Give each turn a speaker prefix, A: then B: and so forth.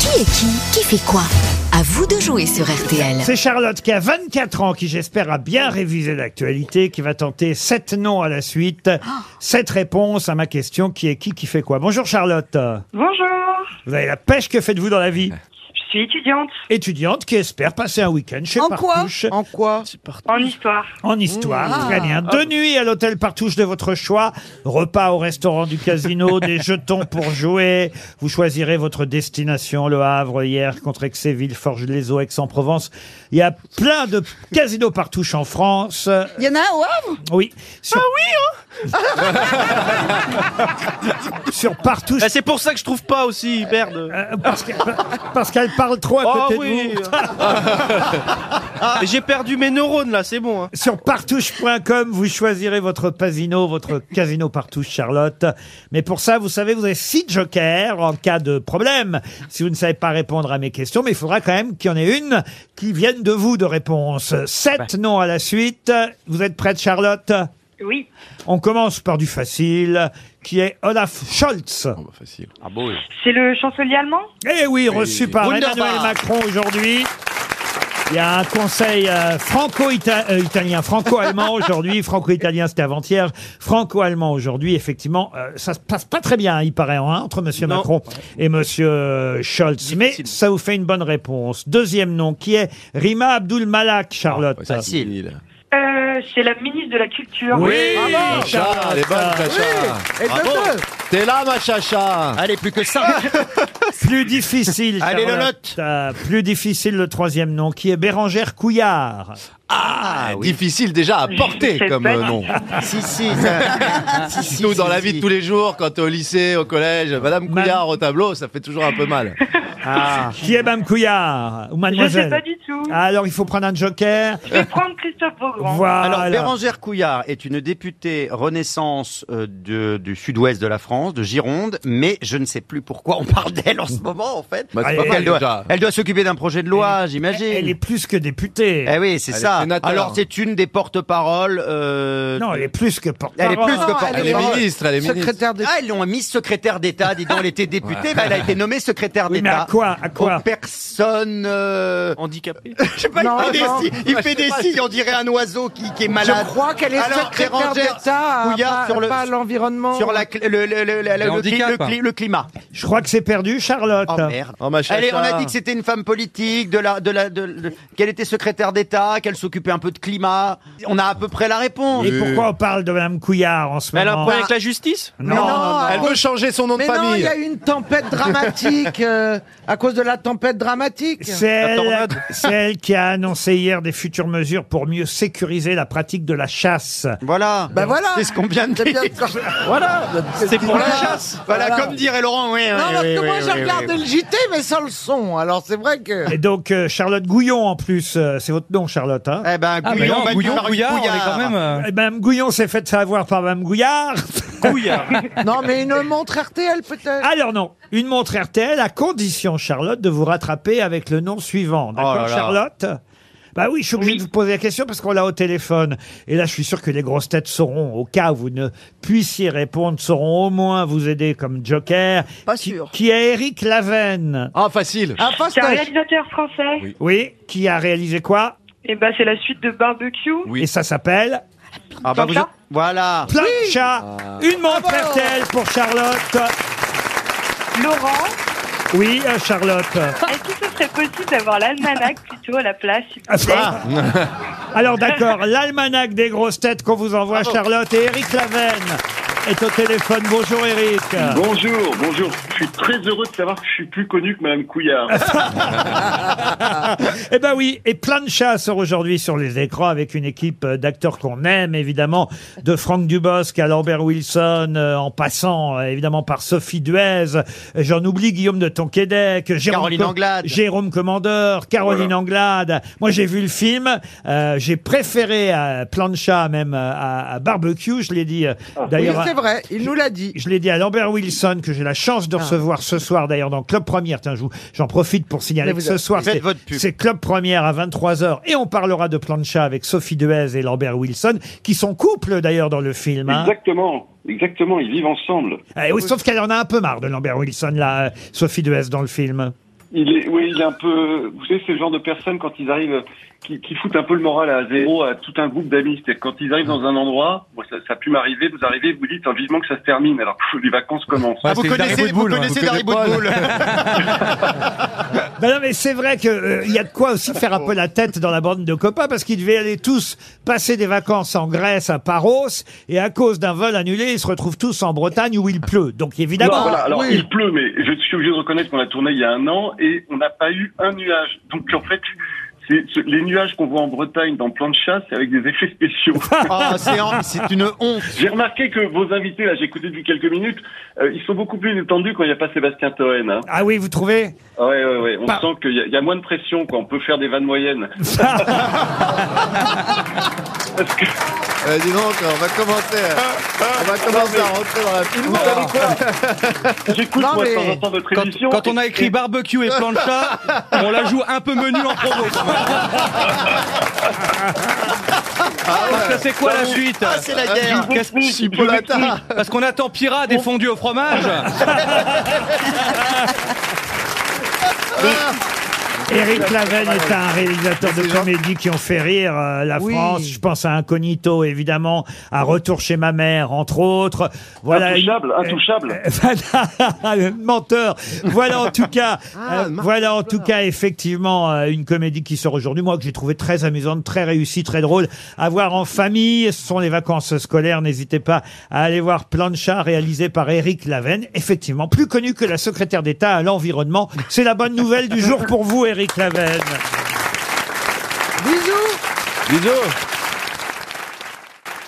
A: Qui est qui Qui fait quoi À vous de jouer sur RTL.
B: C'est Charlotte qui a 24 ans, qui j'espère a bien révisé l'actualité, qui va tenter sept noms à la suite, sept réponses à ma question qui est qui qui fait quoi. Bonjour Charlotte.
C: Bonjour,
B: Vous avez la pêche, que faites-vous dans la vie
C: je suis étudiante
B: Étudiante qui espère passer un week-end chez
D: En quoi
B: Partouche
E: En quoi
C: en histoire.
B: en histoire. Très bien. Deux nuits à l'hôtel Partouche de votre choix, repas au restaurant du casino, des jetons pour jouer. Vous choisirez votre destination, Le Havre, hier, contre Aix-Séville, Forges-les-Eaux, Aix-en-Provence. Il y a plein de casinos Partouche en France.
D: Il y en a un au Havre
B: Oui. Ah
D: hein
B: oui, Sur Partouche.
F: Ah, c'est pour ça que je trouve pas aussi, merde.
B: euh, parce que- parce qu'elle parle trop à
F: Oh
B: côté
F: oui
B: de vous.
F: Ah, J'ai perdu mes neurones là, c'est bon. hein.
B: Sur partouche.com, vous choisirez votre pasino, votre casino partouche Charlotte. Mais pour ça, vous savez, vous avez six jokers en cas de problème. Si vous ne savez pas répondre à mes questions, mais il faudra quand même qu'il y en ait une qui vienne de vous de réponse. Sept noms à la suite. Vous êtes prête, Charlotte?
C: Oui,
B: On commence par du facile, qui est Olaf Scholz.
C: c'est le chancelier allemand
B: Eh oui, reçu par
E: Wunderbar.
B: Emmanuel Macron aujourd'hui. Il y a un conseil euh, franco-italien, franco-allemand aujourd'hui, franco-italien c'était avant-hier, franco-allemand aujourd'hui, effectivement, euh, ça se passe pas très bien, il paraît, hein, entre Monsieur
F: Non.
B: Macron et Monsieur euh, Scholz. Mais
F: Difficile.
B: ça vous fait une bonne réponse. Deuxième nom, qui est Rima Abdul Malak, Charlotte.
E: Facile.
C: euh, C'est la ministre de la Culture.
B: Bravo,
E: Chacha, elle est bonne, Chacha. Bravo. T'es là, ma
D: Ah
E: Chacha.
F: Allez, plus que ça.
B: Plus difficile,
F: Allez,
B: Charlotte.
F: Lolotte.
B: Euh, plus difficile le troisième nom, qui est Bérangère Couillard.
E: Ah, difficile déjà à porter
C: C'est
E: comme
C: pas-
E: euh, nom.
D: Si, si. ça- si, Ah, si,
E: Nous,
D: si,
E: dans la
D: si.
E: vie de tous les jours, quand t'es au lycée, au collège, Madame
B: Ma-
E: Couillard au tableau, ça fait toujours un peu mal.
D: Ah,
E: Ah.
G: Ah.
B: Qui est Mme Couillard ou
C: Je sais
B: Mademoiselle Ah.
C: pas du tout.
B: Alors, il faut prendre un joker.
C: Je vais prendre Christophe Beaugrand.
B: Voilà.
G: Alors, Bérangère Couillard est une députée Renaissance euh, de- du sud-ouest de la France, de Gironde, mais je ne sais plus pourquoi on parle d'elle en ce moment, en fait.
E: Bah, c'est
B: Allez,
E: pas mal
G: Elle doit,
E: déjà.
G: elle doit s'occuper d'un projet de loi,
B: Elle est
G: j'imagine.
B: plus que députée.
G: Eh oui, c'est
E: Elle est
G: ça.
E: sénateur.
G: Alors, c'est une des porte-paroles. euh,
B: Non, elle est plus que porte-parole.
G: Elle est plus que
D: Non,
G: porte-parole.
E: Elle est ministre, elle est ministre.
D: Secrétaire d'État.
G: Ah, ils l'ont mise secrétaire d'État, dis donc, elle était députée, bah, elle a été nommée secrétaire
B: Oui, mais
G: d'État.
B: à quoi À
G: Aux
B: quoi
G: personnes... euh,
F: Handicapé.
G: Je sais pas,
D: Non,
G: il fait
D: non. Bah,
G: des, signes, il fait des signes, on dirait un oiseau qui, qui est malade.
D: Je crois qu'elle est
G: Alors,
D: secrétaire
G: Bérangère
D: d'État à-
G: Couillard
D: pas-
G: sur le-
D: pas à l'environnement.
G: sur la, cl- le, le- le- le- le-
F: handicap.
G: le cli- le climat.
B: Je crois que c'est perdu, Charlotte.
G: Oh merde.
E: Oh, ma
G: Allez, on a
E: chacha.
G: dit que c'était une femme politique, de la, de la, de, de- qu'elle était secrétaire d'État, qu'elle s'occupait un peu de climat. On a à peu près la réponse.
B: Et pourquoi on parle de Mme Couillard en ce
F: Mais elle a un
H: Ah.
B: moment
F: problème avec la justice
D: Mais non, à
E: Elle
D: cause-
E: veut changer son nom de
D: Mais non, il
E: famille.
D: y a eu une tempête dramatique euh, à cause de la tempête dramatique.
B: C'est elle, c'est elle qui a annoncé hier des futures mesures pour mieux sécuriser la pratique de la chasse.
G: Voilà.
D: Ben voilà.
G: C'est ce qu'on vient de
D: C'est
G: dire.
D: bien ce qu'on- voilà.
F: C'est pour la
D: Voilà.
F: chasse.
G: Voilà,
D: Voilà.
G: comme dirait Laurent, oui.
D: Non,
G: oui,
D: parce
G: oui,
D: que
G: oui,
D: moi,
G: oui,
D: j'ai
G: oui,
D: regardé
G: oui.
D: le JT, mais sans le son. Alors, c'est vrai que.
B: Et donc, euh, Charlotte Gouillon, en plus, euh, c'est votre nom, Charlotte. Hein
G: Eh ben,
D: bah,
F: Ah, mais
G: Gouillon,
F: non,
G: Manuel
F: Gouillon,
G: Marie
F: Couillard, on est quand même. euh,
B: Eh ben, Mme Gouillon s'est faite savoir par Mme Gouillard.
F: Couillard.
D: Non, mais une montre RTL, peut-être.
B: Alors non, une montre RTL à condition, Charlotte, de vous rattraper avec le nom suivant.
G: Oh
B: D'accord,
G: là là.
B: Charlotte bah oui, je suis obligé
C: Oui.
B: de vous poser la question parce qu'on l'a au téléphone. Et là, je suis sûr que les grosses têtes sauront, au cas où vous ne puissiez répondre, sauront au moins vous aider comme joker.
D: Pas
B: Qui-
D: sûr.
B: Qui est Eric Laven.
E: Ah, facile.
D: Un
C: C'est un
D: fastoche.
C: réalisateur français.
E: Oui.
B: Oui, qui a réalisé quoi
C: Et ben, c'est la suite de Barbecue.
E: Oui.
B: Et ça s'appelle
G: Ah, bah,
C: Comme
G: vous-
C: ça
G: Voilà.
B: Plancha. Une montre
D: Ah
B: RTL pour Charlotte.
C: Laurent,
B: Oui, euh, Charlotte.
C: est-ce que ce serait possible d'avoir l'almanach plutôt à la place s'il vous plaît
B: Ah. Alors d'accord, l'almanach des grosses têtes qu'on vous envoie, Charlotte et Eric Lavenne est au téléphone. Bonjour Eric.
H: Bonjour, bonjour. Je suis très heureux de savoir que je suis plus connu que Madame Couillard.
B: Eh ben oui, et plein de chats sort aujourd'hui sur les écrans avec une équipe euh, d'acteurs qu'on aime, évidemment, de Franck Dubosc à Lambert Wilson, euh, en passant euh, évidemment par Sophie Duez, euh, j'en oublie Guillaume de Tonquédec, Jérôme,
G: Caroline
B: Com-
G: Anglade.
B: Jérôme Commandeur, Caroline Anglade. Moi j'ai vu le film, euh, j'ai préféré euh, plein de chats même euh, à, à Barbecue, je l'ai dit euh,
D: Oui,
B: d'ailleurs. à-
D: c'est vrai. Il nous l'a dit.
B: je l'ai dit à Lambert Wilson que j'ai la chance de recevoir ce soir d'ailleurs dans Club Première. Tiens, je vous- j'en profite pour signaler
D: Mais
B: que
D: vous
B: ce
D: avez-
B: soir
G: Faites
B: c'est-
G: votre pub.
B: c'est Club Première à 23h et on parlera de plancha avec Sophie Dehaze et Lambert Wilson qui sont couple d'ailleurs dans le film. hein.
H: Exactement, exactement, ils vivent ensemble.
B: Eh oui, sauf qu'elle en a un peu marre de Lambert Wilson là, euh, Sophie Dehaze dans le film.
H: Il est, oui, il est un peu. Vous savez, ce genre de personnes quand ils arrivent, euh, qui, qui foutent un peu le moral à zéro à euh, tout un groupe d'amis. C'est-à-dire quand ils arrivent dans un endroit, moi, ça, ça a pu m'arriver. Vous arrivez, vous dites hein, vivement que ça se termine. Alors pff, les vacances commencent.
F: Ah,
E: vous connaissez, hein, vous connaissez Darry Boudboul.
B: Ben non, mais c'est vrai qu'il y a de quoi aussi faire un peu la tête dans la bande de copains parce qu'ils devaient aller tous passer des vacances en Grèce à Paros et à cause d'un vol annulé, ils se retrouvent tous en Bretagne où il pleut. Donc évidemment,
H: Alors, voilà, alors
D: Ah, oui.
H: il pleut, mais je suis obligé de reconnaître qu'on a tourné il y a un an et on n'a pas eu un nuage. Donc en fait, c'est ce- les nuages qu'on voit en Bretagne dans Plan de chasse, c'est avec des effets spéciaux.
E: Ah, c'est en- c'est une honte.
H: J'ai remarqué que vos invités, là, j'ai écouté depuis quelques minutes, euh, ils sont beaucoup plus détendus quand il n'y a pas Sébastien Toen. Hein.
B: ah oui, vous trouvez
H: Ouais, ouais, ouais. On
F: Bah.
B: Pas-
H: sent qu'il y, a- il y a moins de pression, quoi. On peut faire des vannes moyennes. Parce que-
E: Euh, dis donc, on va commencer. On va commencer à rentrer dans la fouleur.
H: J'écoute,
D: Non,
H: moi,
D: mais
H: de temps en temps, votre
F: Quand,
H: émission.
F: quand on a
H: et-
F: écrit barbecue et plancha, on la joue un peu menu en promo.
E: Ah
F: Ah, Parce que c'est quoi la suite
E: Ah,
F: Ah,
E: C'est la guerre.
F: Qu'est-ce-
E: Chipolata.
F: Parce qu'on attend Pira des fondus au fromage.
B: Éric Laven est un réalisateur de
E: Mais c'est
B: comédie qui ont fait rire euh, la
D: Oui.
B: France. Je pense à Incognito, évidemment, à Retour chez ma mère, entre autres. Voilà.
H: Intouchable,
F: euh,
H: intouchable.
B: Voilà, menteur. Voilà en tout cas, euh, voilà en tout cas effectivement euh, une comédie qui sort aujourd'hui, moi que j'ai trouvé très amusante, très réussie, très drôle à voir en famille. Ce sont les vacances scolaires. N'hésitez pas à aller voir Plancha réalisé par Éric Laven. Effectivement, plus connu que la secrétaire d'État à l'environnement. C'est la bonne nouvelle du jour pour vous, Éric Laven.
D: Bisous
E: Bisous.